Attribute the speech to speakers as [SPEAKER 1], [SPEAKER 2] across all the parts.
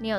[SPEAKER 1] 你有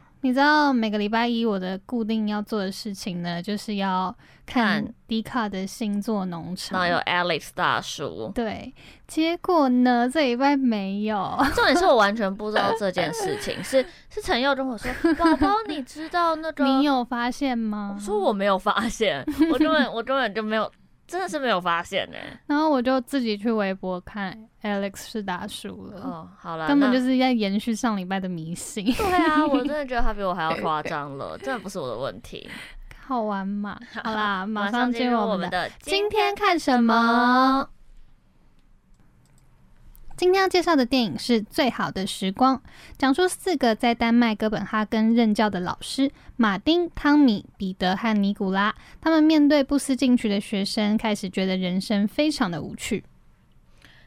[SPEAKER 2] 你知道每个礼拜一我的固定要做的事情呢，就是要看
[SPEAKER 1] 看
[SPEAKER 2] 迪卡的星座农场。
[SPEAKER 1] 那有 Alex 大叔。
[SPEAKER 2] 对，结果呢，这礼拜没有。
[SPEAKER 1] 重点是我完全不知道这件事 情，是是陈佑跟我说，宝宝，你知道那个
[SPEAKER 2] 你有发现吗
[SPEAKER 1] 我？说我没有发 现，我根本我根本就没有，真的是没有发现呢、
[SPEAKER 2] 然后我就自己去微博看 Alex 是大叔了，
[SPEAKER 1] 哦，好啦，
[SPEAKER 2] 根本
[SPEAKER 1] 那
[SPEAKER 2] 就是在延续上礼拜的迷信，
[SPEAKER 1] 对啊，我真的觉得他比我还要夸张了，真的不是我的问题。
[SPEAKER 2] 好玩嘛？好啦，马
[SPEAKER 1] 上
[SPEAKER 2] 上进入我
[SPEAKER 1] 我
[SPEAKER 2] 们的
[SPEAKER 1] 的
[SPEAKER 2] 今天看什
[SPEAKER 1] 什
[SPEAKER 2] 么？？今天要介绍的电影是《最好的时光》，讲述四个在丹麦哥本哈根任教的老师马丁、汤米、彼得和尼古拉，他们面对不思进取的学生，开始觉得人生非常的无趣。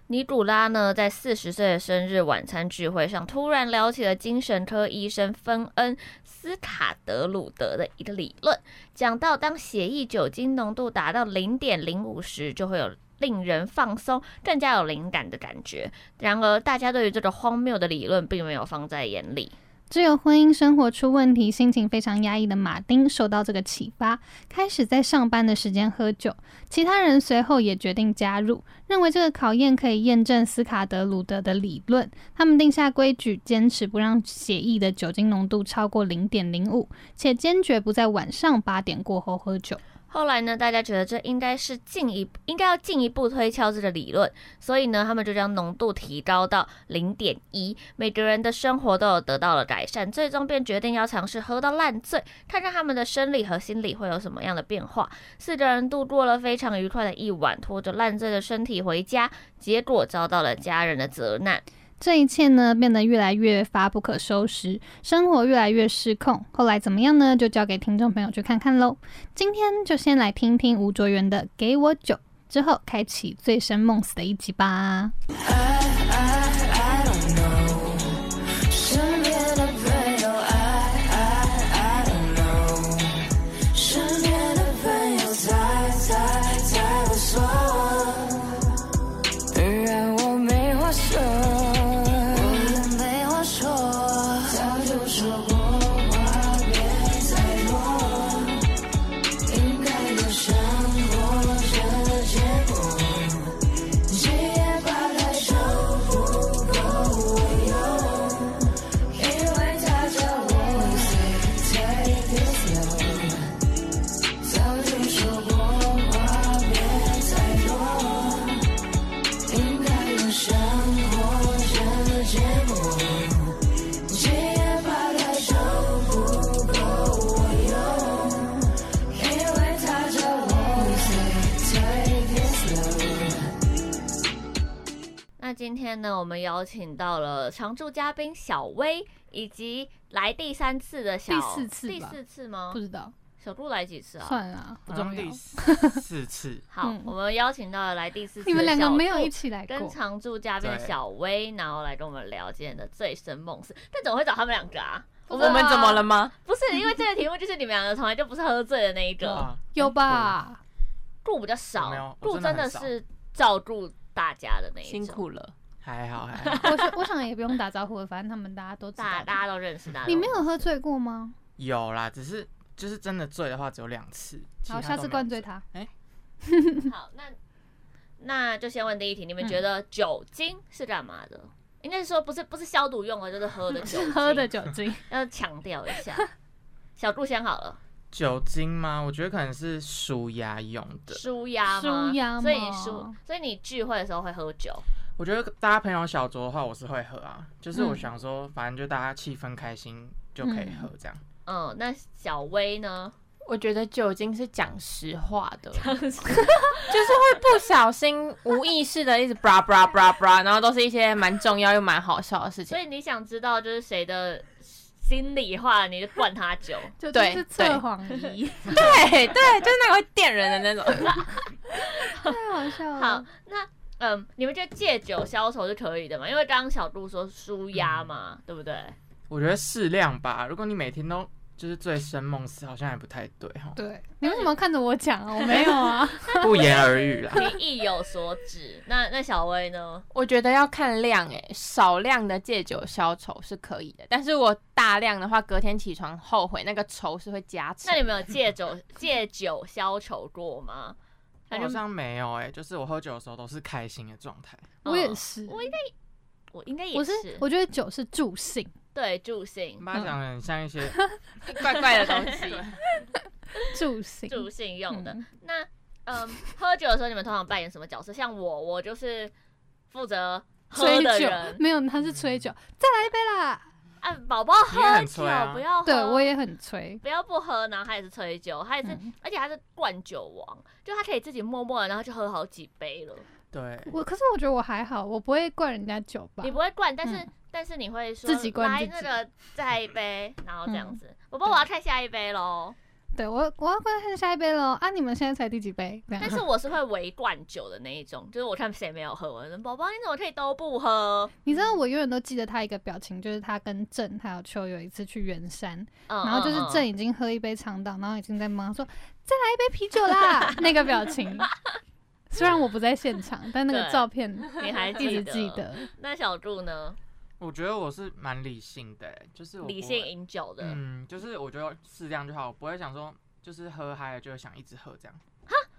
[SPEAKER 1] 尼古拉呢，在四十岁的生日晚餐聚会上，突然聊起了精神科医生芬恩斯塔德鲁德的一个理论，讲到当血液酒精浓度达到零点零五时，就会有令人放松、更加有灵感的感觉。然而，大家对于这个荒谬的理论并没有放在眼里。
[SPEAKER 2] 只有婚姻生活出问题、心情非常压抑的马丁受到这个启发，开始在上班的时间喝酒。其他人随后也决定加入，认为这个考验可以验证斯卡德鲁德的理论。他们定下规矩，坚持不让血液的酒精浓度超过零点零五，且坚决不在晚上八点过后喝酒。
[SPEAKER 1] 后来呢，大家觉得这应该是进一应该要进一步推敲这个理论，所以呢，他们就将浓度提高到零点一，每个人的生活都有得到了改善，最终便决定要尝试喝到烂醉，看看他们的生理和心理会有什么样的变化。四个人度过了非常愉快的一晚，拖着烂醉的身体回家，结果遭到了家人的责难。
[SPEAKER 2] 这一切呢，变得越来越发不可收拾，生活越来越失控。后来怎么样呢？就交给听众朋友去看看喽。今天就先来听听吴卓源的《给我酒》，之后开启醉生梦死的一集吧。
[SPEAKER 3] 身边的朋友，爱爱爱，don't know。身边的朋友猜猜猜我说，虽然我没话说，我也没话说，早就说过话别再说，应该有想过这个结果，今夜把它收不够我用。因为他叫我 take it slow，早就说过话别太多，应该有想过这个结果，今夜把它收不够我用。因为他叫我 take it slow。
[SPEAKER 1] 那今天呢，我们邀请到了常驻嘉宾小薇，以及来第三次的小
[SPEAKER 2] 第四次
[SPEAKER 1] 第
[SPEAKER 2] 吧
[SPEAKER 1] 四次吗？
[SPEAKER 2] 知道，
[SPEAKER 1] 小鹿来几次啊？，
[SPEAKER 2] 算了，
[SPEAKER 4] 不中
[SPEAKER 2] 好
[SPEAKER 4] 第
[SPEAKER 2] 像
[SPEAKER 4] 四次
[SPEAKER 1] 好，
[SPEAKER 2] 嗯
[SPEAKER 1] 我们邀请到了来第四次，
[SPEAKER 2] 你们两个没有一。起来
[SPEAKER 1] 跟
[SPEAKER 2] 过，
[SPEAKER 1] 常驻嘉宾的
[SPEAKER 4] 对
[SPEAKER 1] 小薇，然后来跟我们聊今天的醉生梦死，但怎么会找他们两个啊？
[SPEAKER 4] 我们怎么了吗？
[SPEAKER 1] 不是因为这个题目就是你们两个从来就不是喝醉的那一个，
[SPEAKER 4] 啊
[SPEAKER 2] 有吧？
[SPEAKER 1] 顾比较少
[SPEAKER 4] 我没有，我
[SPEAKER 1] 顾
[SPEAKER 4] 真的
[SPEAKER 1] 真的
[SPEAKER 4] 很
[SPEAKER 1] 是照顾大家的那一种，
[SPEAKER 5] 辛苦了，
[SPEAKER 4] 还好还 好，
[SPEAKER 2] 我想我想也不用打招呼了，反正他们大家都知
[SPEAKER 1] 大
[SPEAKER 2] 道。
[SPEAKER 1] 大家都认识大家都。
[SPEAKER 2] 你没有喝醉过吗？
[SPEAKER 4] 有啦，只是就是真的醉的话只有两次，其
[SPEAKER 2] 好，
[SPEAKER 4] 他
[SPEAKER 2] 下
[SPEAKER 4] 都
[SPEAKER 2] 次
[SPEAKER 4] 没有
[SPEAKER 2] 灌醉他。
[SPEAKER 1] 好，那那就先问第一题，你
[SPEAKER 2] 嗯
[SPEAKER 1] 们觉得酒精是干嘛的？应该是说不是不是消毒用的，就是喝的酒精，
[SPEAKER 2] 喝的酒精，
[SPEAKER 1] 要强调一下。小顾先好了，
[SPEAKER 4] 醉。酒精吗？我觉得可能是舒压用的。
[SPEAKER 1] 舒压吗？
[SPEAKER 2] 舒压
[SPEAKER 1] 所以你
[SPEAKER 2] 嘛
[SPEAKER 1] 舒，所以你聚会的时候会喝酒。
[SPEAKER 4] 我觉得大家朋友小酌的话，我是会喝啊，就是我
[SPEAKER 2] 嗯
[SPEAKER 4] 想说，反正就大家气氛开心就可以喝这样。
[SPEAKER 1] 嗯，那小薇呢？
[SPEAKER 5] 我觉得酒精是讲实话的，就是
[SPEAKER 1] 实
[SPEAKER 5] 会不小心、无意识的一直 bra bra bra bra，然后都是一些蛮重要又蛮好笑的事
[SPEAKER 1] 所
[SPEAKER 5] 情。
[SPEAKER 1] 以你想知道就是谁的心里话，你就灌他酒。
[SPEAKER 2] 就就
[SPEAKER 5] 对
[SPEAKER 2] 是
[SPEAKER 5] 对
[SPEAKER 2] 测谎仪，
[SPEAKER 5] 对对，就是那个会电人的那种。
[SPEAKER 2] 太好笑了。，
[SPEAKER 1] 好，那嗯，你们觉得戒酒消愁是可以的吗？因为刚刚小杜说舒压嘛，对不对？
[SPEAKER 4] 我觉得适量吧，如果你每天都就是醉生梦死，好像也不太对哈
[SPEAKER 2] 对，你为什么要看着我讲啊？我没有啊。
[SPEAKER 4] 不言而喻啦。
[SPEAKER 1] 你意有所指。那那小薇呢？
[SPEAKER 5] 我觉得要看量诶、少量的戒酒消愁是可以的，但是我大量的话，隔天起床后悔，那个愁是会加成。
[SPEAKER 1] 那你们有戒酒 戒酒消愁过吗？
[SPEAKER 4] 我
[SPEAKER 1] 反
[SPEAKER 4] 好
[SPEAKER 1] 正
[SPEAKER 4] 像没有哎、就是我喝酒的时候都是开心的状态。
[SPEAKER 2] 我也是，
[SPEAKER 1] 哦我应嗯我应该也
[SPEAKER 2] 我是我觉得酒是助兴，
[SPEAKER 1] 对助兴
[SPEAKER 4] 你把它
[SPEAKER 2] 嗯
[SPEAKER 4] 讲的很像一些，
[SPEAKER 5] 怪怪的东西，
[SPEAKER 2] 助兴，
[SPEAKER 1] 助兴用的。
[SPEAKER 2] 嗯
[SPEAKER 1] 那嗯，喝酒的时候你们通常扮演什么角色？像我，我就是负责喝
[SPEAKER 2] 吹
[SPEAKER 1] 的
[SPEAKER 2] 酒
[SPEAKER 1] 人。
[SPEAKER 2] 没有，他是吹
[SPEAKER 1] 嗯
[SPEAKER 2] 酒，再来一杯啦。
[SPEAKER 1] 啊，宝宝
[SPEAKER 4] 你也
[SPEAKER 1] 喝
[SPEAKER 4] 很
[SPEAKER 1] 酒
[SPEAKER 4] 催啊
[SPEAKER 1] 不要喝，
[SPEAKER 2] 对我也很吹，
[SPEAKER 1] 不要不喝，然后他也是吹酒，他也是，
[SPEAKER 2] 嗯
[SPEAKER 1] 而且他是灌酒王，就他可以自己默默的，然后就喝好几杯了。
[SPEAKER 4] 对，
[SPEAKER 2] 我可是我觉得我还好，我不会灌人家酒吧
[SPEAKER 1] 你。不会灌，但是、
[SPEAKER 2] 嗯
[SPEAKER 1] 但是你会说
[SPEAKER 2] 自己灌
[SPEAKER 1] 来
[SPEAKER 2] 自
[SPEAKER 1] 那
[SPEAKER 2] 己嗯
[SPEAKER 1] 个再来一杯，然后这样子。宝宝，我要看下一杯喽。
[SPEAKER 2] 对我，我要灌下一杯喽。啊，你们现在才第几杯？这
[SPEAKER 1] 但
[SPEAKER 2] 样
[SPEAKER 1] 是我是会围灌酒的那一种，就是我看谁没有喝，我就说宝宝你怎么可以都不喝？
[SPEAKER 2] 你知道我永远都记得他一个表情，就是他跟郑还有秋有一次去圆山，
[SPEAKER 1] 嗯
[SPEAKER 2] 然后就是郑，已经喝一杯长岛，然后已经在忙说再来一杯啤酒 啦，那个表情。虽然我不在现场，但那个
[SPEAKER 1] 对
[SPEAKER 2] 照片
[SPEAKER 1] 你还
[SPEAKER 2] 一
[SPEAKER 1] 记
[SPEAKER 2] 直记。得。
[SPEAKER 1] 那小柱呢？
[SPEAKER 4] 我觉得我是蛮理性的、欸，就是我不会
[SPEAKER 1] 理性饮酒的，
[SPEAKER 4] 嗯，就是我觉得适量就好，我不会想说就是喝嗨了就想一直喝这样。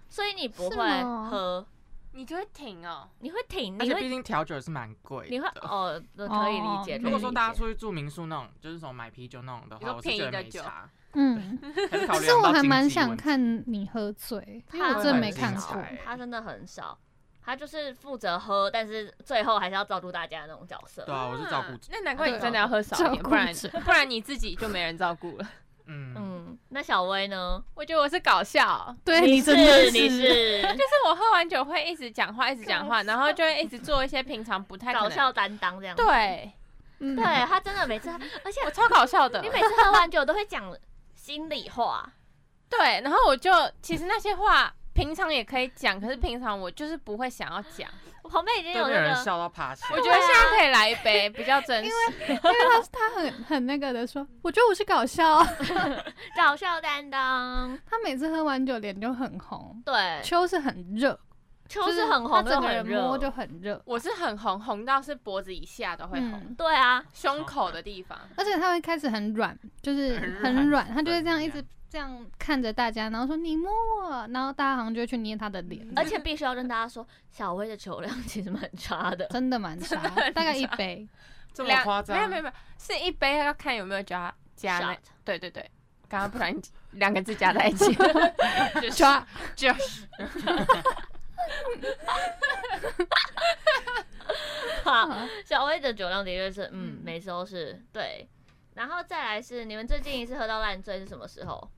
[SPEAKER 1] 所以你不
[SPEAKER 2] 是
[SPEAKER 1] 会
[SPEAKER 2] 吗
[SPEAKER 1] 喝，
[SPEAKER 5] 你就会停哦。
[SPEAKER 1] 你会挺，
[SPEAKER 4] 而
[SPEAKER 1] 你
[SPEAKER 4] 且
[SPEAKER 1] 会
[SPEAKER 4] 毕竟调酒也是蛮贵
[SPEAKER 1] 你会
[SPEAKER 4] 的。
[SPEAKER 1] 哦，那可以理解。
[SPEAKER 2] 哦
[SPEAKER 1] 可以
[SPEAKER 4] 如果说
[SPEAKER 1] 理
[SPEAKER 4] 大家
[SPEAKER 1] 解
[SPEAKER 4] 出去住民宿那种，就是什么买啤酒那种的
[SPEAKER 5] 你
[SPEAKER 4] 话，
[SPEAKER 5] 说
[SPEAKER 4] 我是觉
[SPEAKER 5] 便
[SPEAKER 4] 得
[SPEAKER 5] 宜的
[SPEAKER 4] 没
[SPEAKER 5] 酒
[SPEAKER 4] 差。
[SPEAKER 2] 嗯，
[SPEAKER 4] 还是考
[SPEAKER 2] 但
[SPEAKER 4] 量
[SPEAKER 2] 是我
[SPEAKER 4] 到
[SPEAKER 2] 还
[SPEAKER 4] 经
[SPEAKER 2] 蛮
[SPEAKER 4] 济
[SPEAKER 2] 想
[SPEAKER 4] 问题
[SPEAKER 2] 看你喝醉，因为
[SPEAKER 1] 他
[SPEAKER 2] 我真的
[SPEAKER 4] 很
[SPEAKER 2] 没
[SPEAKER 4] 精
[SPEAKER 2] 看
[SPEAKER 4] 彩
[SPEAKER 2] 过。
[SPEAKER 4] 欸
[SPEAKER 1] 他真的很少，他就是负责喝，但是最后还是要照顾大家的那种角色
[SPEAKER 4] 对。啊，我是照顾者。
[SPEAKER 5] 那难怪你真的要喝少一
[SPEAKER 2] 照
[SPEAKER 5] 点，
[SPEAKER 2] 顾
[SPEAKER 5] 不然
[SPEAKER 2] 者
[SPEAKER 5] 不然你 自己就没人照顾了。
[SPEAKER 4] 嗯，
[SPEAKER 1] 嗯，那小薇呢？
[SPEAKER 5] 我觉得我是搞笑，
[SPEAKER 2] 对
[SPEAKER 1] 你
[SPEAKER 2] 真的
[SPEAKER 1] 你 是
[SPEAKER 5] 就是我喝完酒会一直讲话，一直讲 话，然后就会一直做一些平常不太可
[SPEAKER 1] 搞
[SPEAKER 5] 能。
[SPEAKER 1] 笑担当这样。
[SPEAKER 5] 对，
[SPEAKER 2] 嗯
[SPEAKER 1] 对，他真的每次，而且
[SPEAKER 5] 我超搞笑的
[SPEAKER 1] 你。每次喝完酒都会讲心里话，
[SPEAKER 5] 对，然后我就其实那些话平常也可以讲，可是平常我就是不会想要讲。
[SPEAKER 1] 我旁边已经
[SPEAKER 4] 对
[SPEAKER 1] 有
[SPEAKER 4] 面有
[SPEAKER 1] 那
[SPEAKER 4] 人
[SPEAKER 1] 个。
[SPEAKER 4] 笑到趴下。
[SPEAKER 5] 我觉得现在可以来一杯，比 较真实。
[SPEAKER 2] 啊因为他他很很那个的说，我觉得我是搞笑。啊
[SPEAKER 1] 搞笑担当，
[SPEAKER 2] 他每次喝完酒脸就很红，
[SPEAKER 1] 对，
[SPEAKER 2] 秋是很热，
[SPEAKER 1] 秋
[SPEAKER 2] 就是
[SPEAKER 1] 很
[SPEAKER 2] 他
[SPEAKER 1] 红又
[SPEAKER 2] 整个
[SPEAKER 1] 很
[SPEAKER 2] 人摸就
[SPEAKER 1] 热，哦
[SPEAKER 2] 很热，
[SPEAKER 5] 我是很红，红到是脖子以下都会红，
[SPEAKER 2] 嗯，
[SPEAKER 1] 对 啊，
[SPEAKER 5] 胸口的地方。
[SPEAKER 2] 而且他会开始很软，就是
[SPEAKER 4] 很软
[SPEAKER 2] 很软，他就会这样一
[SPEAKER 4] 对
[SPEAKER 2] 直这样看着大家，然后说你摸我，然后大家好像就会去捏他的脸，
[SPEAKER 1] 而且必须要跟大家说，小薇的酒量其实蛮差的，
[SPEAKER 2] 真的 蛮差，大概一杯。
[SPEAKER 4] 这么
[SPEAKER 5] 两
[SPEAKER 4] 夸张？
[SPEAKER 5] 没有没有没有，是一杯要看有没有加加那
[SPEAKER 1] Shot。
[SPEAKER 5] 对对对，刚刚不小心两个字加在一起， 就 是
[SPEAKER 2] 抓
[SPEAKER 5] 就是
[SPEAKER 1] 哈，
[SPEAKER 2] 嗯
[SPEAKER 1] 小薇的酒量的确是，嗯，每次都是对。然后再来是你们最近一次喝到烂醉是什么时候？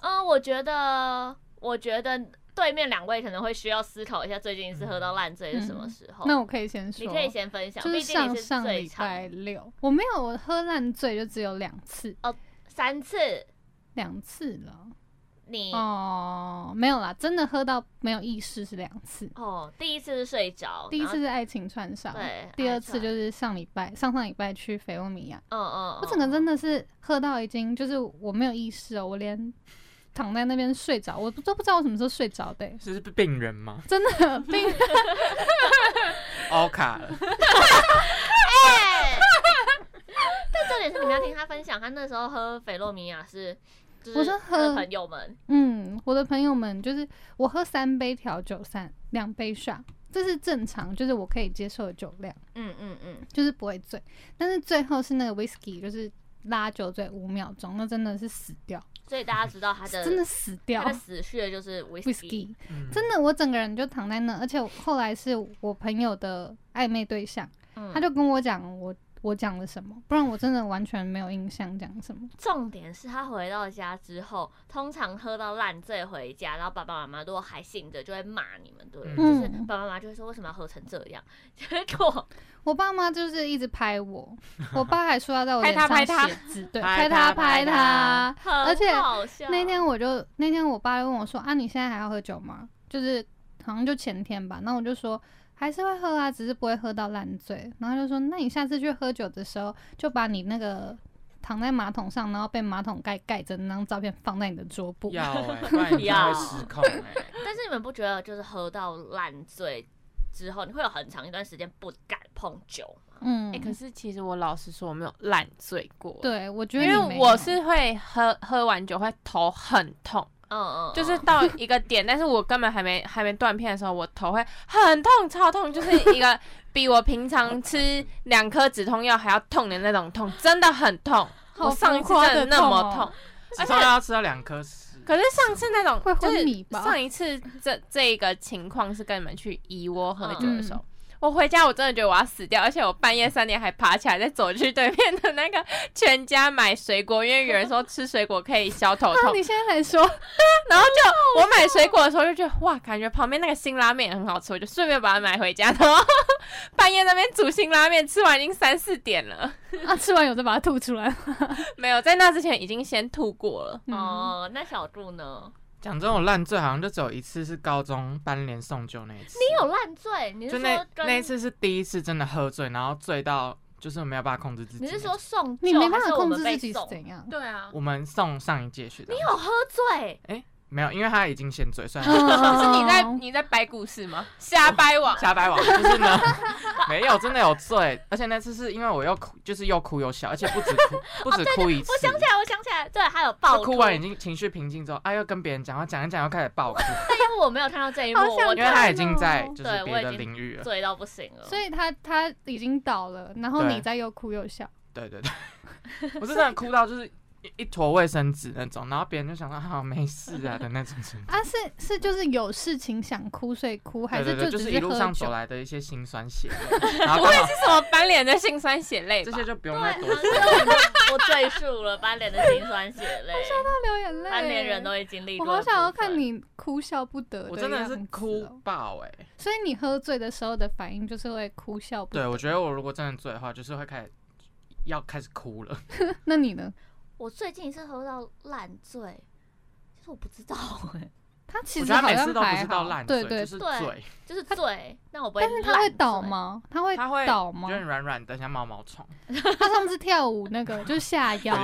[SPEAKER 1] 嗯，我觉得，我觉得对面两位可能会需要思考一下，最近一次喝到烂醉是什么时候？
[SPEAKER 2] 嗯那我可以先说，
[SPEAKER 1] 你可以先分享，
[SPEAKER 2] 就
[SPEAKER 1] 毕
[SPEAKER 2] 是
[SPEAKER 1] 竟
[SPEAKER 2] 上
[SPEAKER 1] 你
[SPEAKER 2] 上
[SPEAKER 1] 最
[SPEAKER 2] 礼
[SPEAKER 1] 长
[SPEAKER 2] 拜六，我没有我喝烂醉，就只有两次，
[SPEAKER 1] 三次，
[SPEAKER 2] 两次了。
[SPEAKER 1] 你
[SPEAKER 2] 哦，没有啦，真的喝到没有意识是两次，
[SPEAKER 1] 哦，第一次是睡着，
[SPEAKER 2] 第一次
[SPEAKER 1] 然
[SPEAKER 2] 是爱情串烧，
[SPEAKER 1] 后对，
[SPEAKER 2] 第
[SPEAKER 1] 爱
[SPEAKER 2] 二次
[SPEAKER 1] 上
[SPEAKER 2] 就是上礼拜上上礼拜去菲欧米亚，
[SPEAKER 1] 嗯嗯，
[SPEAKER 2] 我整个真
[SPEAKER 1] 的
[SPEAKER 2] 的是喝到已经就是我没有意识哦，我连躺在那边睡着，我都不知道我什么时候睡着的欸、
[SPEAKER 4] 是是病人吗？
[SPEAKER 2] 真的并
[SPEAKER 4] 凹卡了，
[SPEAKER 1] 对。 但重点是你们要听他分享，他那时候喝菲洛米亚是，就
[SPEAKER 2] 我
[SPEAKER 1] 是
[SPEAKER 2] 是
[SPEAKER 1] 他的
[SPEAKER 2] 喝
[SPEAKER 1] 朋友们，
[SPEAKER 2] 嗯，我的朋友们就是我喝三杯调酒，三两杯上，这是正常，就是我可以接受的酒量，
[SPEAKER 1] 嗯嗯嗯。
[SPEAKER 2] 就是不会醉。但是最后是那个 whisky，就是拉酒醉五秒钟，那真的是死掉。
[SPEAKER 1] 所以大家知道他的
[SPEAKER 2] 真的死掉
[SPEAKER 1] 他的死穴就是 whisky。
[SPEAKER 2] ，whisky。
[SPEAKER 4] 嗯
[SPEAKER 2] 真的，我整个人就躺在那，而且我后来是我朋友的暧昧对象，
[SPEAKER 1] 嗯
[SPEAKER 2] 他就跟我讲我我讲了什么，不然我真的完全没有印象讲什么。
[SPEAKER 1] 重点是他回到家之后，通常喝到烂醉回家，然后爸爸妈妈如果还醒着，就会骂你们，对不对？就
[SPEAKER 2] 嗯
[SPEAKER 1] 是爸爸妈妈就会说为什么要喝成这样？ 结果
[SPEAKER 2] 我爸妈就是一直拍我，我爸还说要在我
[SPEAKER 5] 拍
[SPEAKER 2] 脸
[SPEAKER 5] 他
[SPEAKER 2] 上
[SPEAKER 5] 拍他
[SPEAKER 2] 写字，对，拍
[SPEAKER 4] 拍他
[SPEAKER 2] 他
[SPEAKER 4] 拍
[SPEAKER 2] 拍
[SPEAKER 4] 他
[SPEAKER 2] 他。而且
[SPEAKER 1] 很好笑。
[SPEAKER 2] 那天我就那天我爸就问我说啊，你现在还要喝酒吗？就是好像就前天吧，那我就说。还是会喝啊，只是不会喝到烂醉。然后他就说，那你下次去喝酒的时候，就把你那个躺在马桶上，然后被马桶盖盖着那张照片放在你的桌布。
[SPEAKER 4] 要 哎、不然你真的会失控哎、
[SPEAKER 1] 但是你们不觉得就是喝到烂醉之后，你会有很长一段时间不敢碰酒吗？
[SPEAKER 2] 嗯，
[SPEAKER 5] 哎、可是其实我老实说，我没有烂醉过。。
[SPEAKER 2] 对，我觉
[SPEAKER 5] 因
[SPEAKER 2] 得你没
[SPEAKER 5] 为
[SPEAKER 2] 有
[SPEAKER 5] 我是会喝喝完酒会头很痛，
[SPEAKER 1] 嗯
[SPEAKER 2] 哦
[SPEAKER 1] 嗯，嗯
[SPEAKER 5] 就是到一个点，但是我根本还没还没断片的时候，我头会很痛，超痛，就是一 个比我平常吃两颗止痛药还要痛的那种痛，真的很痛。
[SPEAKER 2] 好
[SPEAKER 5] 我上一次
[SPEAKER 2] 浮夸的
[SPEAKER 5] 真的那么
[SPEAKER 2] 痛哦
[SPEAKER 5] 痛，
[SPEAKER 4] 至少要吃到两颗屎。
[SPEAKER 5] 可是上次那种
[SPEAKER 2] 会
[SPEAKER 5] 就
[SPEAKER 2] 昏
[SPEAKER 5] 是
[SPEAKER 2] 迷吧
[SPEAKER 5] 上一次这这一个情况是跟你们去怡窝喝酒的时
[SPEAKER 2] 嗯
[SPEAKER 5] 候。我回家，我真的觉得我要死掉，而且我半夜三点还爬起来，再走去对面的那个全家买水果，因为有人说吃水果可以消头
[SPEAKER 2] 啊
[SPEAKER 5] 痛，
[SPEAKER 2] 你现在才说，
[SPEAKER 5] 然后就我买水果的时候就觉得哇，感觉旁边那个辛拉面也很好吃，我就顺便把它买回家，然后 半夜那边煮辛拉面，吃完已经三四点了，
[SPEAKER 2] 啊，吃完有再把它吐出来。
[SPEAKER 5] 没有在那之前已经先吐过了。
[SPEAKER 2] 哦，
[SPEAKER 1] 哦，那小柱呢？
[SPEAKER 4] 讲真，我烂醉好像就只有一次是高中班联送酒那一次。
[SPEAKER 1] 你有烂醉？你
[SPEAKER 4] 就是那
[SPEAKER 1] 说跟
[SPEAKER 4] 那一？次是第一次真的喝醉，然后醉到就是没有办法控制自己。
[SPEAKER 1] 你是说送
[SPEAKER 2] 你
[SPEAKER 1] 酒
[SPEAKER 2] 没
[SPEAKER 1] 还
[SPEAKER 2] 办法
[SPEAKER 1] 是我
[SPEAKER 2] 控
[SPEAKER 1] 们
[SPEAKER 2] 制
[SPEAKER 1] 被
[SPEAKER 2] 自己是
[SPEAKER 1] 送
[SPEAKER 2] 怎样？
[SPEAKER 5] 对啊，
[SPEAKER 4] 我们送上一届学长？
[SPEAKER 1] 你有喝醉？
[SPEAKER 4] 没有？因为他已经先醉，所 以 他
[SPEAKER 5] 可是
[SPEAKER 2] 是
[SPEAKER 5] 你在你在掰故事吗？瞎掰网。
[SPEAKER 4] 瞎掰网，就是呢， 没有真的有醉，而且那次是因为我又哭，就是又哭又笑，而且不止哭，不止哭一次。
[SPEAKER 1] 哦我想起来，我想起来，对，还有
[SPEAKER 4] 他
[SPEAKER 1] 爆
[SPEAKER 4] 哭完已经情绪平静之后，哎、又跟别人讲话，讲一讲又开始爆哭，
[SPEAKER 1] 但因为我没有看到这一幕，
[SPEAKER 2] 好想
[SPEAKER 1] 我
[SPEAKER 4] 因为他已
[SPEAKER 1] 真的哦
[SPEAKER 4] 经在就
[SPEAKER 1] 对我
[SPEAKER 4] 是别的
[SPEAKER 1] 已经
[SPEAKER 4] 领域了。
[SPEAKER 1] 醉到不行了。
[SPEAKER 2] 所以他他已经倒了，然后
[SPEAKER 4] 对
[SPEAKER 2] 你在又哭又笑，
[SPEAKER 4] 对对对，我是真的哭到就是一一坨卫生纸那种，然后别人就想说好、啊、没事啊的那种程度。
[SPEAKER 2] 啊，是是就是有事情想哭所以哭，还
[SPEAKER 4] 对对对，就
[SPEAKER 2] 只
[SPEAKER 4] 是一路
[SPEAKER 2] 喝
[SPEAKER 4] 上
[SPEAKER 2] 酒
[SPEAKER 4] 走？来的一些辛酸血泪，然后
[SPEAKER 5] 不
[SPEAKER 4] 刚
[SPEAKER 5] 会
[SPEAKER 4] 好
[SPEAKER 5] 是什么翻脸的心酸血泪
[SPEAKER 4] 这
[SPEAKER 5] 吧？
[SPEAKER 4] 些就不用
[SPEAKER 1] 对，啊
[SPEAKER 4] 再
[SPEAKER 1] 他
[SPEAKER 4] 多
[SPEAKER 1] 真的不赘述了班脸的辛酸血泪，
[SPEAKER 2] 他流眼泪，
[SPEAKER 1] 班脸人都会经历
[SPEAKER 2] 我
[SPEAKER 1] 过。
[SPEAKER 2] 好想要看，你哭笑不得样
[SPEAKER 4] 我
[SPEAKER 2] 子哦，
[SPEAKER 4] 真的是哭爆哎、
[SPEAKER 2] 所以你喝醉的时候的反应就是会哭笑不
[SPEAKER 4] 对，
[SPEAKER 2] 得。
[SPEAKER 4] 我觉得我如果真的醉的话，就是会开始要开始哭了。
[SPEAKER 2] 那你呢？
[SPEAKER 1] 我最近一次喝到烂醉，其实我不知道哎、
[SPEAKER 2] 他其
[SPEAKER 4] 我
[SPEAKER 2] 实
[SPEAKER 4] 觉得他
[SPEAKER 2] 好
[SPEAKER 4] 每
[SPEAKER 2] 像
[SPEAKER 4] 次都不
[SPEAKER 2] 还
[SPEAKER 4] 是到
[SPEAKER 2] 好，
[SPEAKER 4] 烂
[SPEAKER 2] 对
[SPEAKER 4] 醉，
[SPEAKER 2] 对
[SPEAKER 4] 就是
[SPEAKER 1] 对
[SPEAKER 4] 醉，
[SPEAKER 1] 就是醉，但我不会
[SPEAKER 2] 但
[SPEAKER 1] 烂醉。
[SPEAKER 2] 是他会倒吗？他会
[SPEAKER 4] 他会
[SPEAKER 2] 倒
[SPEAKER 4] 有
[SPEAKER 2] 吗？
[SPEAKER 4] 点软软的，像毛毛虫，
[SPEAKER 2] 他上次跳舞那个就是下 腰，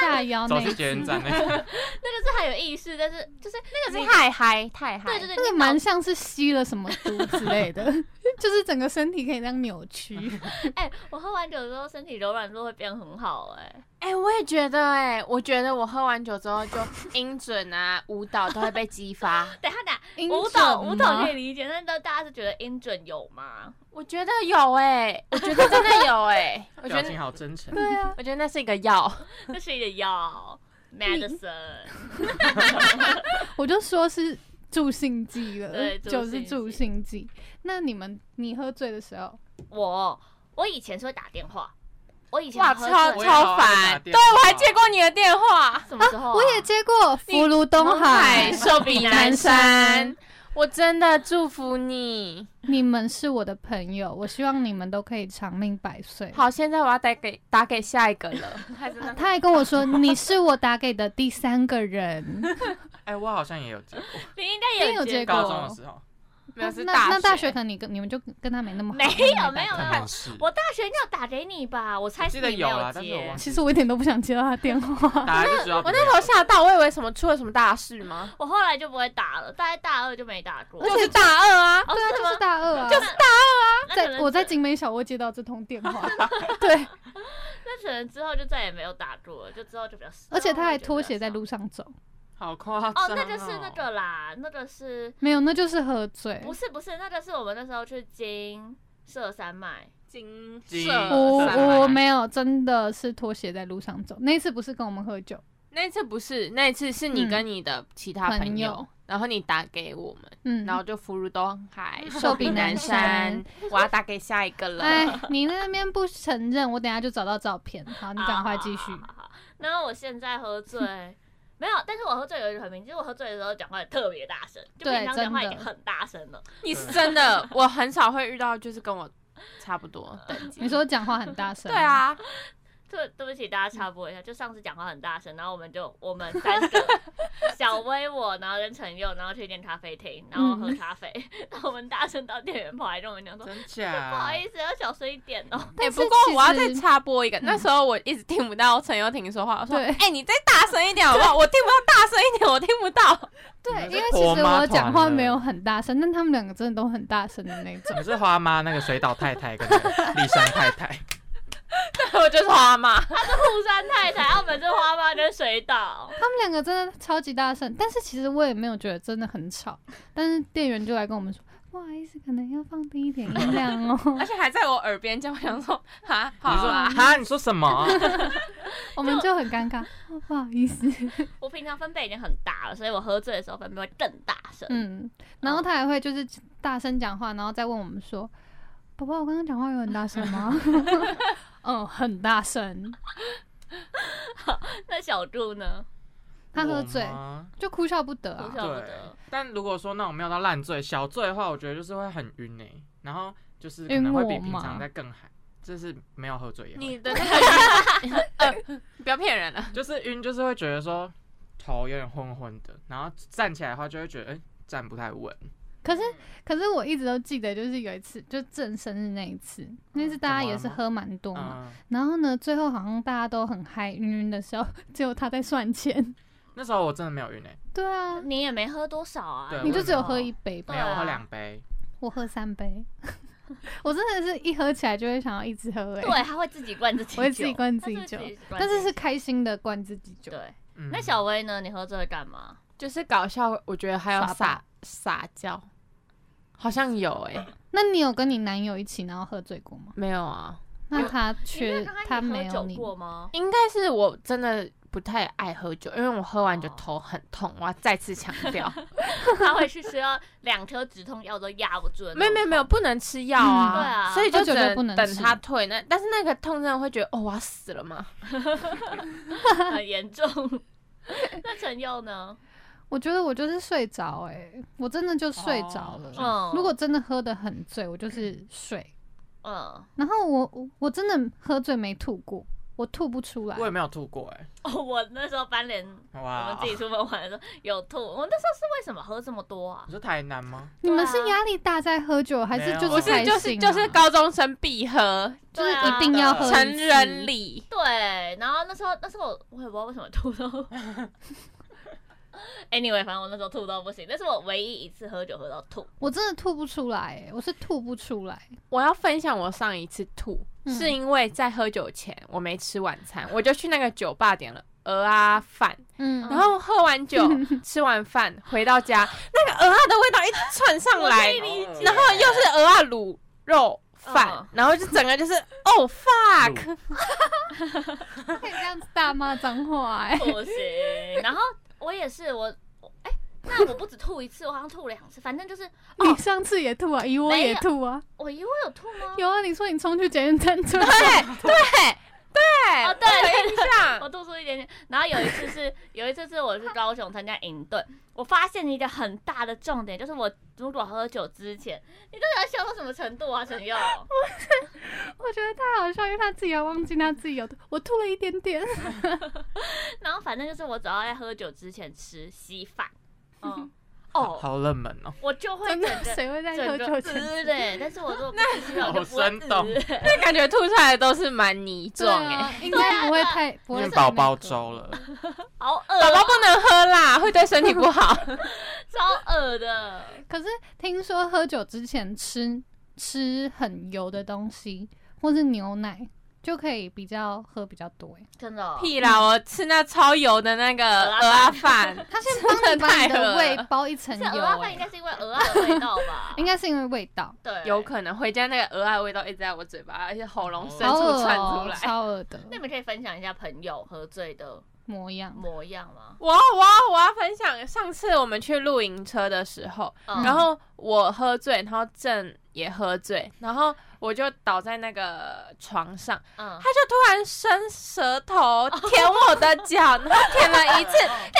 [SPEAKER 2] 下腰
[SPEAKER 4] 走
[SPEAKER 2] 哦那
[SPEAKER 4] 去
[SPEAKER 2] 一
[SPEAKER 4] 捷运
[SPEAKER 2] 次，
[SPEAKER 4] 站那个。
[SPEAKER 1] 那个是很有意识，但是就是那
[SPEAKER 5] 是太嗨太嗨，
[SPEAKER 1] 对对对，
[SPEAKER 2] 那
[SPEAKER 1] 你
[SPEAKER 2] 个蛮像是吸了什么毒之类的， 就是整个身体可以这样扭 曲。
[SPEAKER 1] 脑哎、我喝完酒之后身体柔软度会变很好哎、
[SPEAKER 5] 哎、我也觉得哎、我觉得我喝完酒之后就音准啊、舞蹈都会被激发。
[SPEAKER 1] 等一下等一
[SPEAKER 2] 音
[SPEAKER 1] 下，舞
[SPEAKER 2] 准
[SPEAKER 1] 蹈舞蹈
[SPEAKER 2] 吗
[SPEAKER 1] 可以理解，但是大家是觉得音准有吗？
[SPEAKER 5] 我觉得有哎、我觉得真的有哎、我觉
[SPEAKER 4] 表
[SPEAKER 5] 得
[SPEAKER 4] 情好真诚。
[SPEAKER 2] 对啊，
[SPEAKER 5] 我觉得那是一个药，
[SPEAKER 1] 这是一个 药，medicine。
[SPEAKER 2] 我就说是助兴剂了，
[SPEAKER 1] 对
[SPEAKER 2] 酒是
[SPEAKER 1] 助
[SPEAKER 2] 助
[SPEAKER 1] 兴
[SPEAKER 2] 兴剂。那你们你喝醉的时候，
[SPEAKER 1] 我我以前是会打电话，我以前
[SPEAKER 5] 哇，
[SPEAKER 1] 喝醉
[SPEAKER 5] 超
[SPEAKER 4] 我也好
[SPEAKER 5] 超
[SPEAKER 4] 爱打
[SPEAKER 5] 烦。
[SPEAKER 4] 电
[SPEAKER 5] 对，
[SPEAKER 4] 话
[SPEAKER 5] 我还接过你的电话。
[SPEAKER 1] 什么时候啊、
[SPEAKER 2] 我也接过福如东海
[SPEAKER 5] 海，寿比南山，我真的祝福你。
[SPEAKER 2] 你们是我的朋友，我希望你们都可以长命百岁。
[SPEAKER 5] 好，现在我要打给打给下一个 了。还是
[SPEAKER 2] 啊他还跟我说：“你是我打给的第三 个人。
[SPEAKER 4] 哎、我好像也有接过，
[SPEAKER 1] 你应该也
[SPEAKER 2] 你有
[SPEAKER 1] 接
[SPEAKER 2] 接
[SPEAKER 1] 过
[SPEAKER 2] 过
[SPEAKER 4] 高中的时候
[SPEAKER 5] 没有是
[SPEAKER 2] 那
[SPEAKER 5] 大
[SPEAKER 2] 那大
[SPEAKER 5] 学
[SPEAKER 2] 学可能你跟你们就跟他没那么好。
[SPEAKER 1] 没有没有
[SPEAKER 4] 可
[SPEAKER 1] 没有
[SPEAKER 4] 能，是。
[SPEAKER 1] 我大学应该有打给你吧？我猜
[SPEAKER 4] 我
[SPEAKER 1] 是
[SPEAKER 4] 记得
[SPEAKER 1] 你没
[SPEAKER 4] 有啊啦但是我
[SPEAKER 1] 接
[SPEAKER 4] 忘。
[SPEAKER 2] 其实我一点都不想接到他电话。
[SPEAKER 4] 打来就知道不
[SPEAKER 5] 我
[SPEAKER 4] 对。
[SPEAKER 5] 那时候吓到，我以为什么出了什么大事吗？
[SPEAKER 1] 我后来就不会打了，大概大二就没打过。
[SPEAKER 5] 就是大二啊，
[SPEAKER 1] 哦
[SPEAKER 2] 对啊，
[SPEAKER 1] 是
[SPEAKER 2] 就是
[SPEAKER 1] 吗
[SPEAKER 2] 大二啊，
[SPEAKER 1] 就是大二啊！那可
[SPEAKER 2] 在
[SPEAKER 1] 能
[SPEAKER 2] 我在
[SPEAKER 1] 之
[SPEAKER 2] 景美小窝接到这通 电话。对，
[SPEAKER 1] 那可能之后就再也没有打过了，就之后就比较少。
[SPEAKER 2] 而且他还
[SPEAKER 1] 我觉得
[SPEAKER 2] 拖鞋在
[SPEAKER 1] 比较
[SPEAKER 2] 路上走。
[SPEAKER 4] 好夸张、
[SPEAKER 1] 少。 哦，那就是那个啦，那个是
[SPEAKER 2] 没有，那就是喝醉。
[SPEAKER 1] 不是不是那个是我们那时候去金社山脉，
[SPEAKER 5] 金
[SPEAKER 4] 金
[SPEAKER 5] 色
[SPEAKER 2] 我
[SPEAKER 4] 色
[SPEAKER 5] 色
[SPEAKER 4] 哦
[SPEAKER 2] 我没有，真的是拖鞋在路上走。那一次不是跟我们喝酒，
[SPEAKER 5] 那一次不是，那一次是你
[SPEAKER 2] 嗯
[SPEAKER 5] 跟你的其他朋
[SPEAKER 2] 朋
[SPEAKER 5] 友，
[SPEAKER 2] 友
[SPEAKER 5] 然后你打给我们，
[SPEAKER 2] 嗯，
[SPEAKER 5] 然后就福如东 海，
[SPEAKER 2] 寿比
[SPEAKER 5] 南
[SPEAKER 2] 南 山，
[SPEAKER 5] 我要打给下一个了。
[SPEAKER 2] 哎，你那边不承认，我等下就找到照片。好，你赶快
[SPEAKER 5] 啊
[SPEAKER 2] 继续。
[SPEAKER 1] 好好好好然后我现在喝 醉，没有，但是我喝醉有一个很明显，就是我喝醉的时候讲话也特别大声，就
[SPEAKER 2] 对
[SPEAKER 1] 平常讲话已
[SPEAKER 2] 真的
[SPEAKER 1] 经很大声了。
[SPEAKER 5] 你是真的，我很少会遇到就是跟我差不多等级。
[SPEAKER 2] 你说讲话很大声，
[SPEAKER 5] 对，啊，
[SPEAKER 1] 对，对不起，大家插
[SPEAKER 2] 嗯
[SPEAKER 1] 播一下，就上次讲话很大声，然后我们就我们三 个，小薇我，然后任晨佑，然后去一间咖啡厅，然后
[SPEAKER 2] 嗯
[SPEAKER 1] 喝咖啡， 然后我们大声到店员跑来跟我们讲说，
[SPEAKER 4] 真
[SPEAKER 2] 啊
[SPEAKER 1] 不好
[SPEAKER 4] 假？
[SPEAKER 1] 意思，要小声一点哦。
[SPEAKER 5] 哎、
[SPEAKER 2] 但是
[SPEAKER 5] 不过我要
[SPEAKER 2] 其
[SPEAKER 5] 再
[SPEAKER 2] 实嗯
[SPEAKER 5] 插播一个，那时候我一直听不到陈又廷说话，我说：“
[SPEAKER 2] 对
[SPEAKER 5] 哎、你再大声一点好不好？我听不到，大声一点，我听不到。
[SPEAKER 2] 对，因
[SPEAKER 4] 你们是
[SPEAKER 2] 为
[SPEAKER 4] 婆
[SPEAKER 2] 其实
[SPEAKER 4] 妈
[SPEAKER 2] 我讲话
[SPEAKER 4] 团
[SPEAKER 2] 没
[SPEAKER 4] 了
[SPEAKER 2] 有很大声，但他们两个真的都很大声的那种。
[SPEAKER 4] 你是花妈那个水岛太太跟那个立山太太，”
[SPEAKER 5] 我就是他 妈，
[SPEAKER 1] 富山太太，澳门是花妈跟水岛，
[SPEAKER 2] 他们两个真的超级大声，但是其实我也没有觉得真的很吵，但是店员就来跟我们说，不好意思，可能要放低一点音量哦
[SPEAKER 5] 而。且还在我耳边叫，我想说：“哈，好
[SPEAKER 4] 你说
[SPEAKER 5] 啊。”
[SPEAKER 4] 哈？你说什么？
[SPEAKER 2] 我们就很尴尬，哦不好意思。
[SPEAKER 1] 我平常分贝已经很大了，所以我喝醉的时候分贝会更大声。
[SPEAKER 2] 嗯，然后
[SPEAKER 1] 哦
[SPEAKER 2] 他还会就是大声讲话，然后再问我们说，宝宝，我刚刚讲话有很大声吗？ 嗯，很大声。
[SPEAKER 1] 那小柱呢？
[SPEAKER 2] 他喝醉
[SPEAKER 4] 我吗
[SPEAKER 2] 就哭笑不得
[SPEAKER 1] 哭
[SPEAKER 2] 啊。
[SPEAKER 1] 笑不
[SPEAKER 4] 对
[SPEAKER 1] 得。，
[SPEAKER 4] 但如果说那种没有到烂醉、小醉的话，我觉得就是会很晕诶、然后就是可
[SPEAKER 2] 晕
[SPEAKER 4] 能会比
[SPEAKER 2] 我
[SPEAKER 4] 平常
[SPEAKER 2] 吗
[SPEAKER 4] 再更嗨，就是没有喝醉也会，
[SPEAKER 5] 你的那个 呃，不要骗人了。
[SPEAKER 4] 就是晕，就是会觉得说头有点昏昏的，然后站起来的话就会觉得哎、站不太稳，
[SPEAKER 2] 可是，可是我一直都记得，就是有一次，就正生日那一次，那次大家也是
[SPEAKER 4] 嗯怎么了吗
[SPEAKER 2] 喝蛮多嘛，
[SPEAKER 4] 嗯，
[SPEAKER 2] 然后呢，最后好像大家都很嗨，晕晕的时候， 只有他在算钱。
[SPEAKER 4] 那时候我真的没有晕欸诶、
[SPEAKER 2] 对啊，
[SPEAKER 1] 你也没喝多少啊
[SPEAKER 4] 对，
[SPEAKER 2] 你就
[SPEAKER 4] 我
[SPEAKER 2] 只有喝一杯吧，
[SPEAKER 4] 没有我
[SPEAKER 1] 对啊
[SPEAKER 4] 喝两杯，
[SPEAKER 2] 我喝三杯。 我真的是一喝起来就会想要一直喝、欸，
[SPEAKER 1] 对，他会自己灌自己酒，
[SPEAKER 2] 我会自己灌自己
[SPEAKER 1] 他是
[SPEAKER 2] 酒
[SPEAKER 1] 会自己灌
[SPEAKER 2] 但
[SPEAKER 1] 自
[SPEAKER 2] 是
[SPEAKER 1] 己
[SPEAKER 2] 是
[SPEAKER 1] 酒
[SPEAKER 2] 开心的灌自己酒。
[SPEAKER 1] 对。
[SPEAKER 4] 嗯，
[SPEAKER 1] 那小薇呢？你喝醉会干嘛？
[SPEAKER 5] 就是搞笑，我觉得还有
[SPEAKER 2] 耍
[SPEAKER 5] 撒撒娇，好像有哎、
[SPEAKER 2] 那你有跟你男友一起然后喝醉过吗？
[SPEAKER 5] 没有啊，
[SPEAKER 2] 那他
[SPEAKER 1] 你
[SPEAKER 2] 缺
[SPEAKER 1] 没有跟
[SPEAKER 2] 他
[SPEAKER 1] 一起
[SPEAKER 2] 没
[SPEAKER 1] 喝
[SPEAKER 2] 有
[SPEAKER 1] 酒
[SPEAKER 2] 你，
[SPEAKER 1] 过吗？
[SPEAKER 5] 应该是我真的不太爱喝酒，因为我喝完就头很痛，我要再次强 调，
[SPEAKER 1] 他会去吃到两颗止痛药都压不住的那种痛。
[SPEAKER 5] 没有没有没有，不能吃药啊，
[SPEAKER 2] 嗯
[SPEAKER 1] 对啊
[SPEAKER 5] 所以就
[SPEAKER 2] 喝酒
[SPEAKER 5] 只
[SPEAKER 2] 就不能
[SPEAKER 5] 等
[SPEAKER 2] 吃
[SPEAKER 5] 它退。那但是那个痛真的会觉得哦，我要死了吗？
[SPEAKER 1] 很严重。那陈佑呢？
[SPEAKER 2] 我觉得我就是睡着，哎，我真的就睡着了。
[SPEAKER 1] 嗯，
[SPEAKER 2] 如果真的喝得很醉，我就是睡。
[SPEAKER 1] 嗯，
[SPEAKER 2] 然后我我我真的喝醉没吐过，我吐不出来
[SPEAKER 4] 我。也没有吐过诶、
[SPEAKER 1] 哦，我那时候翻脸，
[SPEAKER 2] 啊
[SPEAKER 1] 我
[SPEAKER 4] 哇
[SPEAKER 1] 们自，己出门玩的时候有吐。我那时候是为什么喝这么多啊
[SPEAKER 4] 你？说台南吗？
[SPEAKER 2] 你们
[SPEAKER 1] 对啊
[SPEAKER 2] 是压力大在喝酒，还
[SPEAKER 4] 没
[SPEAKER 2] 是
[SPEAKER 4] 有
[SPEAKER 2] 就
[SPEAKER 4] 不
[SPEAKER 5] 不
[SPEAKER 4] 是
[SPEAKER 5] 是
[SPEAKER 2] 开心、啊
[SPEAKER 5] 就是就是高中生必喝，
[SPEAKER 2] 就是
[SPEAKER 1] 对啊
[SPEAKER 2] 一定要喝一次
[SPEAKER 5] 成人。礼。
[SPEAKER 1] 对，然后那时候那时候我我也不知道为什么吐 到，anyway，反正我那时候吐到不行，那是我唯一一次喝酒喝到吐。
[SPEAKER 2] 我真的吐不出来、欸，我是吐不出来。
[SPEAKER 5] 我要分享我上一次吐，
[SPEAKER 2] 嗯
[SPEAKER 5] 是因为在喝酒前我没吃晚餐，我就去那个酒吧点了鹅啊饭，
[SPEAKER 2] 嗯，
[SPEAKER 5] 然后喝完酒 吃完饭回到家，那个鹅啊的味道一直窜上来，然后又是鹅啊卤肉饭
[SPEAKER 1] 嗯，
[SPEAKER 5] 然后就整个就是哦 fuck，
[SPEAKER 2] 可以这样子大骂脏话、欸，
[SPEAKER 1] 不 行。然后我也是，我我哎、那我不止吐一次，我好像吐两次，反正就是
[SPEAKER 2] 你上次也吐啊，以我也吐啊，
[SPEAKER 1] 我以为有吐吗？
[SPEAKER 2] 有啊，你说你冲去检验站吐，
[SPEAKER 5] 对对对，
[SPEAKER 1] 哦对
[SPEAKER 5] 我有印
[SPEAKER 1] 我
[SPEAKER 5] 象，
[SPEAKER 1] 吐出一点点。然后有一次 是有一次是我去高雄参加营队，我发现一个很大的重点就是我如果喝酒之前，你到底要笑到什么程度啊，陈佑？
[SPEAKER 2] 我觉得太好笑，因为他自己还忘记他自己有吐，我吐了一点点。
[SPEAKER 1] 然后反正就是我只要在喝酒之前吃稀饭，嗯，哦，
[SPEAKER 4] 好冷门哦、
[SPEAKER 1] 我就会
[SPEAKER 2] 真
[SPEAKER 1] 整
[SPEAKER 2] 的，
[SPEAKER 1] 个
[SPEAKER 2] 谁会在喝
[SPEAKER 1] 整
[SPEAKER 2] 酒啊
[SPEAKER 1] 个
[SPEAKER 2] 前
[SPEAKER 1] 滋
[SPEAKER 2] 吃？
[SPEAKER 1] 嘞，但是我如果不吃 稀饭，我就不
[SPEAKER 4] 好
[SPEAKER 1] 会
[SPEAKER 4] 生动
[SPEAKER 1] 滋欸
[SPEAKER 5] 那感觉吐出来的都是蛮泥
[SPEAKER 2] 对
[SPEAKER 5] 状哎。
[SPEAKER 2] 啊，应该不会太不会
[SPEAKER 4] 面
[SPEAKER 2] 太
[SPEAKER 4] 包
[SPEAKER 2] 那
[SPEAKER 4] 包
[SPEAKER 2] 个
[SPEAKER 4] 粥了，
[SPEAKER 1] 好恶
[SPEAKER 5] 欸宝宝
[SPEAKER 1] 哦，
[SPEAKER 5] 不能喝啦，会对身体不好。
[SPEAKER 1] 超恶的。
[SPEAKER 2] 可是听说喝酒之前吃吃很油的东西，或是牛奶，就可以比较喝比较多、欸。
[SPEAKER 1] 真的、哦，
[SPEAKER 5] 屁啦！我吃那超油的那个
[SPEAKER 1] 鹅
[SPEAKER 5] 鹅啊饭，
[SPEAKER 2] 他先帮你把你
[SPEAKER 5] 真的太恶
[SPEAKER 2] 的
[SPEAKER 5] 了
[SPEAKER 2] 胃包一层
[SPEAKER 1] 这
[SPEAKER 2] 油、
[SPEAKER 1] 鹅啊饭
[SPEAKER 2] 欸？
[SPEAKER 1] 应，该是因为鹅啊的味道吧
[SPEAKER 2] 应该是因为味道，
[SPEAKER 1] 对，
[SPEAKER 5] 有可能回家那个鹅啊的味道一直在我嘴巴，而且喉咙深
[SPEAKER 2] 好
[SPEAKER 5] 处
[SPEAKER 2] 恶
[SPEAKER 5] 窜出
[SPEAKER 2] 哦、
[SPEAKER 5] 来。
[SPEAKER 2] 超恶的
[SPEAKER 1] 那。你们可以分享一下朋友喝醉的
[SPEAKER 2] 模样。
[SPEAKER 1] 模样吗？
[SPEAKER 5] 我我我要分享，上次我们去露营车的时候，
[SPEAKER 1] 嗯
[SPEAKER 5] 然后我喝醉，然后郑也喝醉，然后我就倒在那个床上，
[SPEAKER 1] 嗯
[SPEAKER 5] 他，就突然伸舌头舔我的脚，然后舔了一 次，
[SPEAKER 1] 嗯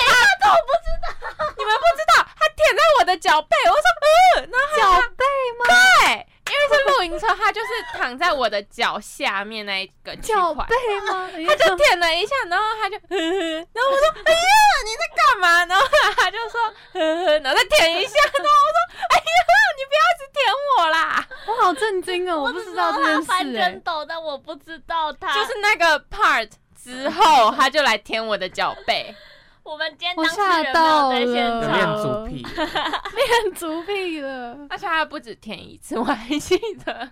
[SPEAKER 5] 你们不知道，他舔在我的脚背，我说嗯，然后脚背吗？对，因为是露营车，他就是躺在我的脚下面那一个区块
[SPEAKER 6] 脚背 吗？
[SPEAKER 5] 他就舔了一下，然后他就 呵呵，然后我说：“哎呀，你在干嘛？”然后他就说：“呵呵。”然后再舔一下，然后我说：“哎呀，你不要一直舔我啦
[SPEAKER 6] 我好震惊哦，我不知道这件
[SPEAKER 1] 他
[SPEAKER 6] 事
[SPEAKER 1] 翻
[SPEAKER 6] 哎
[SPEAKER 1] 跟。斗，但我不知道！”他。
[SPEAKER 5] 就是那个 part 之后，他就来舔我的脚背，
[SPEAKER 1] 我们今天
[SPEAKER 6] 我
[SPEAKER 1] 当
[SPEAKER 6] 吓
[SPEAKER 1] 事人没
[SPEAKER 6] 到
[SPEAKER 1] 有在现
[SPEAKER 6] 了
[SPEAKER 4] 有
[SPEAKER 1] 场，
[SPEAKER 4] 恋足癖，
[SPEAKER 6] 变足癖了，
[SPEAKER 5] 而且他不止舔一次，我还记得。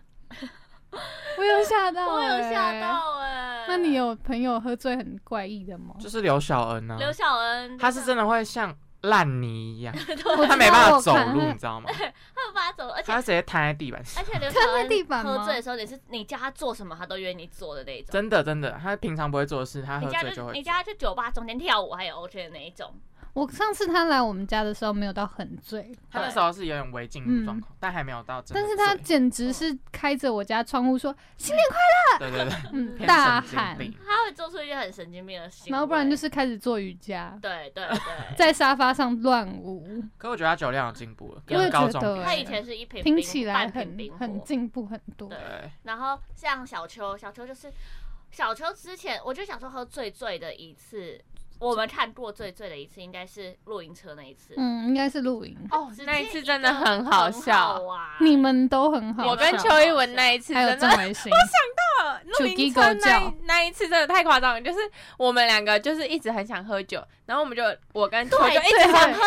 [SPEAKER 6] 我有吓到、
[SPEAKER 1] 我
[SPEAKER 2] 欸
[SPEAKER 1] 有吓
[SPEAKER 6] 哎。
[SPEAKER 1] 到哎。
[SPEAKER 2] 那你有朋友喝醉很怪异的吗？
[SPEAKER 4] 就是刘晓恩啊，
[SPEAKER 1] 刘晓恩？
[SPEAKER 4] 他是真的会像烂泥一样，
[SPEAKER 2] 我知道
[SPEAKER 4] 他没办法走
[SPEAKER 2] 我看哎
[SPEAKER 4] 路，
[SPEAKER 2] 他
[SPEAKER 4] 你知道 吗？
[SPEAKER 1] 他把他走了，而且
[SPEAKER 4] 他直接瘫在地板上
[SPEAKER 1] 而，且刘晓
[SPEAKER 2] 看
[SPEAKER 1] 恩
[SPEAKER 2] 在地板吗
[SPEAKER 1] 喝醉的时候，你是你叫他做什么，他都愿意做的那一种。
[SPEAKER 4] 真的真的，他平常不会做的事，他喝
[SPEAKER 1] 你叫
[SPEAKER 4] 醉
[SPEAKER 1] 他
[SPEAKER 4] 就
[SPEAKER 1] 去，
[SPEAKER 4] 会
[SPEAKER 1] 你。叫他去酒吧中间跳舞，还有 OK 的那一种。
[SPEAKER 2] 我上次他来我们家的时候没有到很醉，
[SPEAKER 4] 他那时候是有点违禁的状况，但还没有到真的
[SPEAKER 2] 嗯但
[SPEAKER 4] 醉。嗯
[SPEAKER 2] 是他简直是开着我家窗户说新年快
[SPEAKER 4] 对对对，
[SPEAKER 2] 乐，嗯，
[SPEAKER 4] 偏
[SPEAKER 2] 大
[SPEAKER 4] 神经
[SPEAKER 2] 喊，
[SPEAKER 4] 病
[SPEAKER 1] 他会做出一些很神经病的行为，
[SPEAKER 2] 然后哦不然就是开始做瑜伽，
[SPEAKER 1] 对对对，
[SPEAKER 2] 在沙发上乱舞，
[SPEAKER 4] 可我觉得他酒量有进步了，
[SPEAKER 2] 我也
[SPEAKER 4] 跟
[SPEAKER 2] 觉
[SPEAKER 4] 高中
[SPEAKER 2] 得
[SPEAKER 4] 比
[SPEAKER 1] 他以前是一瓶
[SPEAKER 2] 听
[SPEAKER 1] 冰
[SPEAKER 2] 起来
[SPEAKER 1] 半瓶
[SPEAKER 2] 很
[SPEAKER 1] 冰
[SPEAKER 2] 很
[SPEAKER 1] 火，
[SPEAKER 2] 进步很多。
[SPEAKER 1] 对
[SPEAKER 4] 对，
[SPEAKER 1] 然后像小秋，小秋就是小秋之前，我就想说喝最醉的一次，我们看过最醉的一次应该是露营车那一次。
[SPEAKER 2] 嗯，应该是露营，
[SPEAKER 5] 哦
[SPEAKER 1] 直接
[SPEAKER 5] 那一次真的
[SPEAKER 1] 个
[SPEAKER 5] 很好笑
[SPEAKER 1] 很好。啊玩
[SPEAKER 2] 你们都很好笑。
[SPEAKER 5] 我跟邱啊一文那一次
[SPEAKER 2] 还有
[SPEAKER 5] 真
[SPEAKER 2] 郑
[SPEAKER 5] 的
[SPEAKER 2] 维新，
[SPEAKER 5] 呃露营车
[SPEAKER 2] 狗
[SPEAKER 5] 那
[SPEAKER 2] 叫
[SPEAKER 5] 一那一次真的太夸张了，就是我们两个就是一直很想喝酒，然后我们就我跟邱就一
[SPEAKER 1] 对
[SPEAKER 5] 直想
[SPEAKER 2] 对
[SPEAKER 5] 一直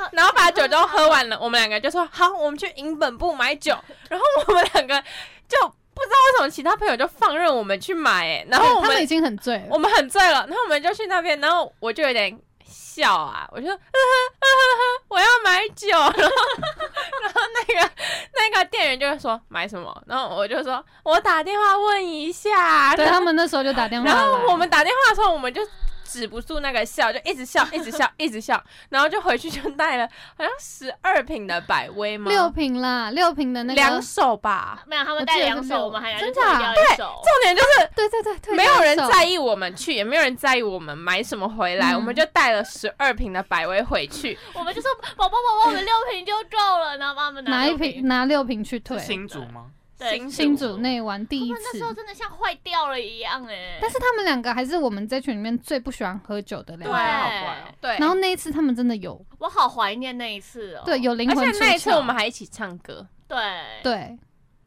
[SPEAKER 5] 喝， 然后把酒都喝完了，我们两个就说好，我们去营本部买酒，然后我们两个就不知道为什么其他朋友就放任我们去买、欸，然后
[SPEAKER 2] 对
[SPEAKER 5] 我
[SPEAKER 2] 他们已
[SPEAKER 5] 们
[SPEAKER 2] 经很醉了
[SPEAKER 5] 我。们很醉了，然后我们就去那边，然后我就有点。笑啊！我就说，呵呵呵呵呵，呃我要买酒， 然后然后那个那个店员就会说买什么，然后我就说我打电话问一下，
[SPEAKER 2] 对他们那时候就打电话
[SPEAKER 5] 然
[SPEAKER 2] 来，
[SPEAKER 5] 后我们打电话的时候，我们就止不住那个笑，就一 直笑，一直笑，一直笑，然后就回去就带了好像十二瓶的百威吗？
[SPEAKER 2] 六瓶啦，六瓶的那
[SPEAKER 5] 两
[SPEAKER 2] 个，
[SPEAKER 5] 手吧。
[SPEAKER 1] 没有，他
[SPEAKER 2] 我
[SPEAKER 1] 们
[SPEAKER 2] 记
[SPEAKER 1] 带
[SPEAKER 2] 得
[SPEAKER 1] 两
[SPEAKER 2] 是
[SPEAKER 1] 手，
[SPEAKER 2] 六
[SPEAKER 1] 我们还拿去
[SPEAKER 2] 真
[SPEAKER 1] 退
[SPEAKER 2] 的啊
[SPEAKER 1] 掉一手。
[SPEAKER 5] 重点就是
[SPEAKER 2] 对对对对，
[SPEAKER 5] 没有人
[SPEAKER 2] 两手
[SPEAKER 5] 在意我们去，也没有人在意我们买什么回来，
[SPEAKER 2] 嗯
[SPEAKER 5] 我们就带了十二瓶的百威回去。
[SPEAKER 1] 我们就说宝宝宝宝，我们六瓶就够了，然后帮他们拿
[SPEAKER 2] 拿一
[SPEAKER 1] 六
[SPEAKER 2] 瓶。拿六瓶去退
[SPEAKER 4] 是。新竹吗？
[SPEAKER 1] 对，
[SPEAKER 5] 新
[SPEAKER 2] 新组内玩第
[SPEAKER 1] 他
[SPEAKER 2] 一
[SPEAKER 1] 们哦那时候
[SPEAKER 2] 次，
[SPEAKER 1] 真的像坏掉了一样哎。
[SPEAKER 2] 但是他们两个还是我们这群里面最不喜欢喝酒的两
[SPEAKER 4] 对
[SPEAKER 2] 个。
[SPEAKER 4] 好怪哦
[SPEAKER 5] 对，
[SPEAKER 2] 然后那一次他们真的有，
[SPEAKER 1] 我好怀念那一次哦。
[SPEAKER 2] 对，有灵
[SPEAKER 5] 而
[SPEAKER 2] 魂
[SPEAKER 5] 且
[SPEAKER 2] 出
[SPEAKER 5] 那一次
[SPEAKER 2] 窍
[SPEAKER 5] 我们还一起唱歌，
[SPEAKER 1] 对
[SPEAKER 2] 对，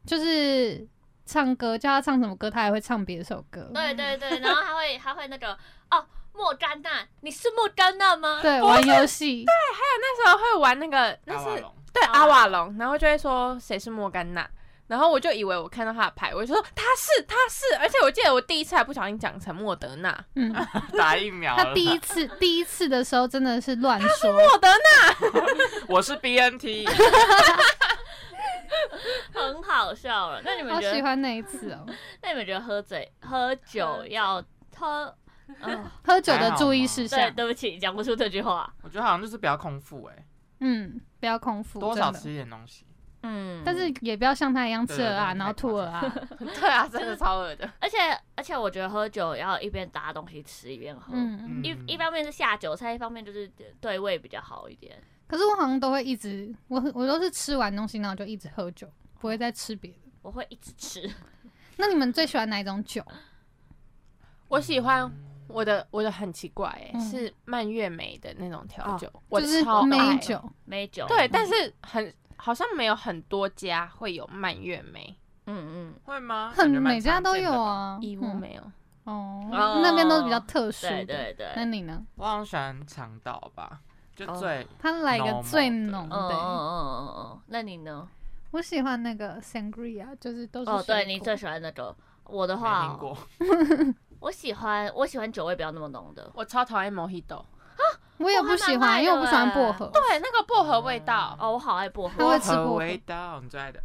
[SPEAKER 2] 就是唱歌，叫他唱什么歌，他还会唱别首歌。
[SPEAKER 1] 对对对，然后还会还会那个哦，莫甘娜，你是莫甘娜吗？
[SPEAKER 2] 对，玩游戏，
[SPEAKER 5] 那时候会玩那个，那
[SPEAKER 4] 阿瓦
[SPEAKER 5] 是
[SPEAKER 4] 隆，
[SPEAKER 5] 对
[SPEAKER 1] 阿
[SPEAKER 5] 阿
[SPEAKER 1] 瓦
[SPEAKER 5] 瓦隆，然后就会说谁是莫甘娜，然后我就以为我看到他的牌，我就说他是他是，而且我记得我第一次还不小心讲成莫德 纳，
[SPEAKER 2] 嗯，
[SPEAKER 4] 打疫苗了。
[SPEAKER 2] 他第一次第一次的时候真的是乱说，
[SPEAKER 5] 莫德纳，
[SPEAKER 4] 我 是 BNT，
[SPEAKER 1] 很好笑了。那你们
[SPEAKER 2] 好
[SPEAKER 1] 觉
[SPEAKER 2] 喜
[SPEAKER 1] 得？
[SPEAKER 2] 欢那一次哦。
[SPEAKER 1] 那你们觉得喝醉喝酒要喝？哦，
[SPEAKER 2] 喝酒的注意事
[SPEAKER 1] 对，
[SPEAKER 2] 项，
[SPEAKER 1] 对不起，讲不出这句话。
[SPEAKER 4] 我觉得好像就是比较空腹哎，
[SPEAKER 2] 嗯，不要空腹，
[SPEAKER 4] 多
[SPEAKER 2] 真
[SPEAKER 4] 少
[SPEAKER 2] 的
[SPEAKER 4] 吃一点东西。
[SPEAKER 1] 嗯，
[SPEAKER 2] 但是也不要像他一样
[SPEAKER 4] 对
[SPEAKER 2] 吃了啊，
[SPEAKER 4] 对对
[SPEAKER 2] 然后吐了啊。
[SPEAKER 5] 对啊，真的超恶的，
[SPEAKER 1] 而且而且，我觉得喝酒要一边搭东西吃一边喝，
[SPEAKER 2] 嗯，
[SPEAKER 4] 嗯
[SPEAKER 1] 一一方面是下酒菜，一方面就是对胃比较好一点。
[SPEAKER 2] 可是我好像都会一直，我我都是吃完东西然后就一直喝酒，不会再吃别的。
[SPEAKER 1] 我会一直吃，
[SPEAKER 2] 那你们最喜欢哪一种酒？
[SPEAKER 5] 我喜欢。我的我的很奇怪哎、
[SPEAKER 2] 嗯
[SPEAKER 5] 是蔓越莓的那种调酒，我
[SPEAKER 2] 就是
[SPEAKER 5] 超爱
[SPEAKER 2] 美。酒，
[SPEAKER 1] 没酒。
[SPEAKER 5] 对，但是很好像没有很多家会有蔓越莓，
[SPEAKER 1] 嗯嗯，
[SPEAKER 4] 会吗？
[SPEAKER 2] 很
[SPEAKER 4] 感觉蛮
[SPEAKER 2] 每家
[SPEAKER 4] 常
[SPEAKER 2] 都
[SPEAKER 4] 见
[SPEAKER 2] 有
[SPEAKER 4] 的吧。
[SPEAKER 2] 啊。
[SPEAKER 5] 义乌
[SPEAKER 2] 嗯
[SPEAKER 5] 没有。
[SPEAKER 2] 哦
[SPEAKER 1] 哦，
[SPEAKER 2] 那边都是比较特殊
[SPEAKER 1] 对
[SPEAKER 2] 的。
[SPEAKER 1] 对对。
[SPEAKER 2] 那你呢？
[SPEAKER 4] 我好像喜欢长岛吧，就
[SPEAKER 1] 哦
[SPEAKER 4] 最
[SPEAKER 2] 他来个
[SPEAKER 4] Normal
[SPEAKER 2] 最
[SPEAKER 4] 的
[SPEAKER 2] 浓
[SPEAKER 1] 嗯嗯
[SPEAKER 2] 的，
[SPEAKER 1] 嗯嗯嗯，那你呢？
[SPEAKER 2] 我喜欢那个 sangria，就是都是
[SPEAKER 1] 哦，对
[SPEAKER 2] 水
[SPEAKER 1] 你
[SPEAKER 2] 果
[SPEAKER 1] 最喜欢那个。我的
[SPEAKER 4] 没
[SPEAKER 1] 话
[SPEAKER 4] 听
[SPEAKER 1] 哦，
[SPEAKER 4] 过。
[SPEAKER 1] 我喜欢我喜欢酒味不要那么浓
[SPEAKER 4] 哦
[SPEAKER 1] 的，
[SPEAKER 5] 我超讨厌 Mojito，
[SPEAKER 2] 我也
[SPEAKER 1] 薄荷
[SPEAKER 2] 不喜
[SPEAKER 1] 蛮
[SPEAKER 2] 欢，
[SPEAKER 1] 爱
[SPEAKER 2] 因为我
[SPEAKER 1] 的
[SPEAKER 2] 不喜欢薄
[SPEAKER 1] 欸
[SPEAKER 2] 荷。
[SPEAKER 5] 对，那个薄荷味道，
[SPEAKER 1] 哦，我好爱薄荷
[SPEAKER 2] 它，会吃
[SPEAKER 4] 薄荷
[SPEAKER 2] 薄荷
[SPEAKER 4] 味道，你最爱的。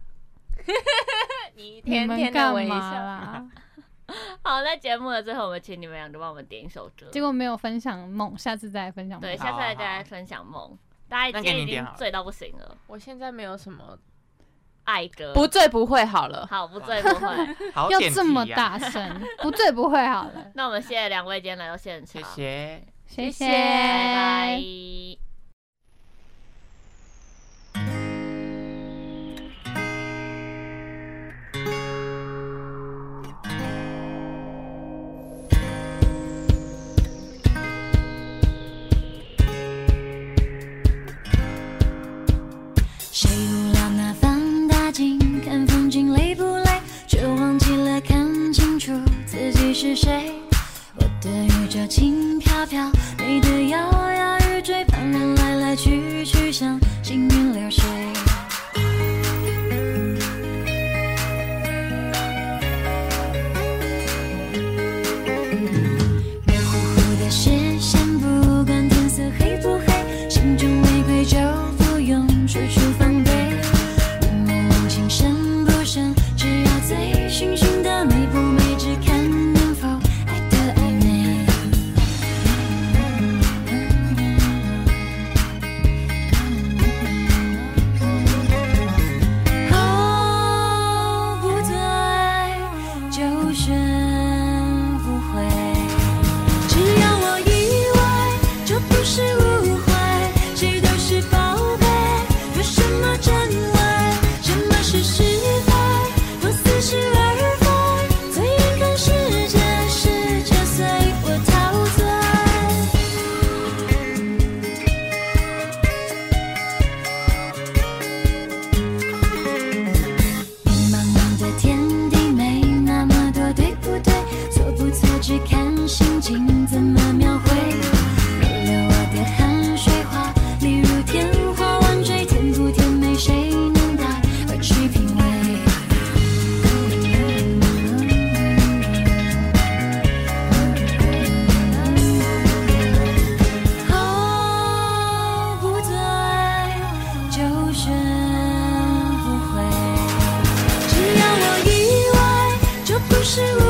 [SPEAKER 5] 你
[SPEAKER 2] 你
[SPEAKER 5] 甜
[SPEAKER 2] 们
[SPEAKER 5] 甜的
[SPEAKER 2] 干
[SPEAKER 5] 微
[SPEAKER 2] 嘛
[SPEAKER 5] 笑。
[SPEAKER 2] 啦？
[SPEAKER 1] 好，那节目的最后，我们请你们两个帮我们点一首歌。
[SPEAKER 2] 结果没有分享梦，下次再来分享梦
[SPEAKER 1] 对，。下次来再来分享梦。大家
[SPEAKER 4] 啊那
[SPEAKER 1] 今
[SPEAKER 4] 给
[SPEAKER 1] 天
[SPEAKER 4] 你
[SPEAKER 1] 已
[SPEAKER 4] 点
[SPEAKER 1] 经
[SPEAKER 4] 好了
[SPEAKER 1] 醉到不行了，
[SPEAKER 5] 我现在没有什么
[SPEAKER 1] 爱歌
[SPEAKER 5] 不醉不会好了，
[SPEAKER 1] 好不醉不会。
[SPEAKER 4] 好
[SPEAKER 2] 要
[SPEAKER 4] 点
[SPEAKER 2] 这么
[SPEAKER 4] 题呀，
[SPEAKER 2] 大 声，不醉不会好了。
[SPEAKER 1] 那我们谢谢两位今天来到现场
[SPEAKER 4] 谢，谢。
[SPEAKER 2] 谢谢，
[SPEAKER 5] 谢谢
[SPEAKER 1] 拜拜。
[SPEAKER 3] 谁无聊拿放大镜看风景累不累，却忘记了看清楚自己是谁。我的宇宙轻飘飘，你的摇摇欲坠，旁人来来去去像行云流水。热乎乎的视线，不管天色黑不黑，心中违规就不用处处防备。我们忘情深不深，只要醉醺醺的美不美，只看能否爱得暧昧。哦，不醉就学不会。只要我以为这不是误会，谁都是宝贝，有什么真伪？什么是是非？我似是而非，醉眼看世界，世界随我陶醉。茫茫的天地没那么多，对不对？错不错，只看心情怎么描绘。你留我的汗水花，你如天花乱坠，甜不甜美，谁能带我去品味？哦，不醉就学不会。只要我以为这不是误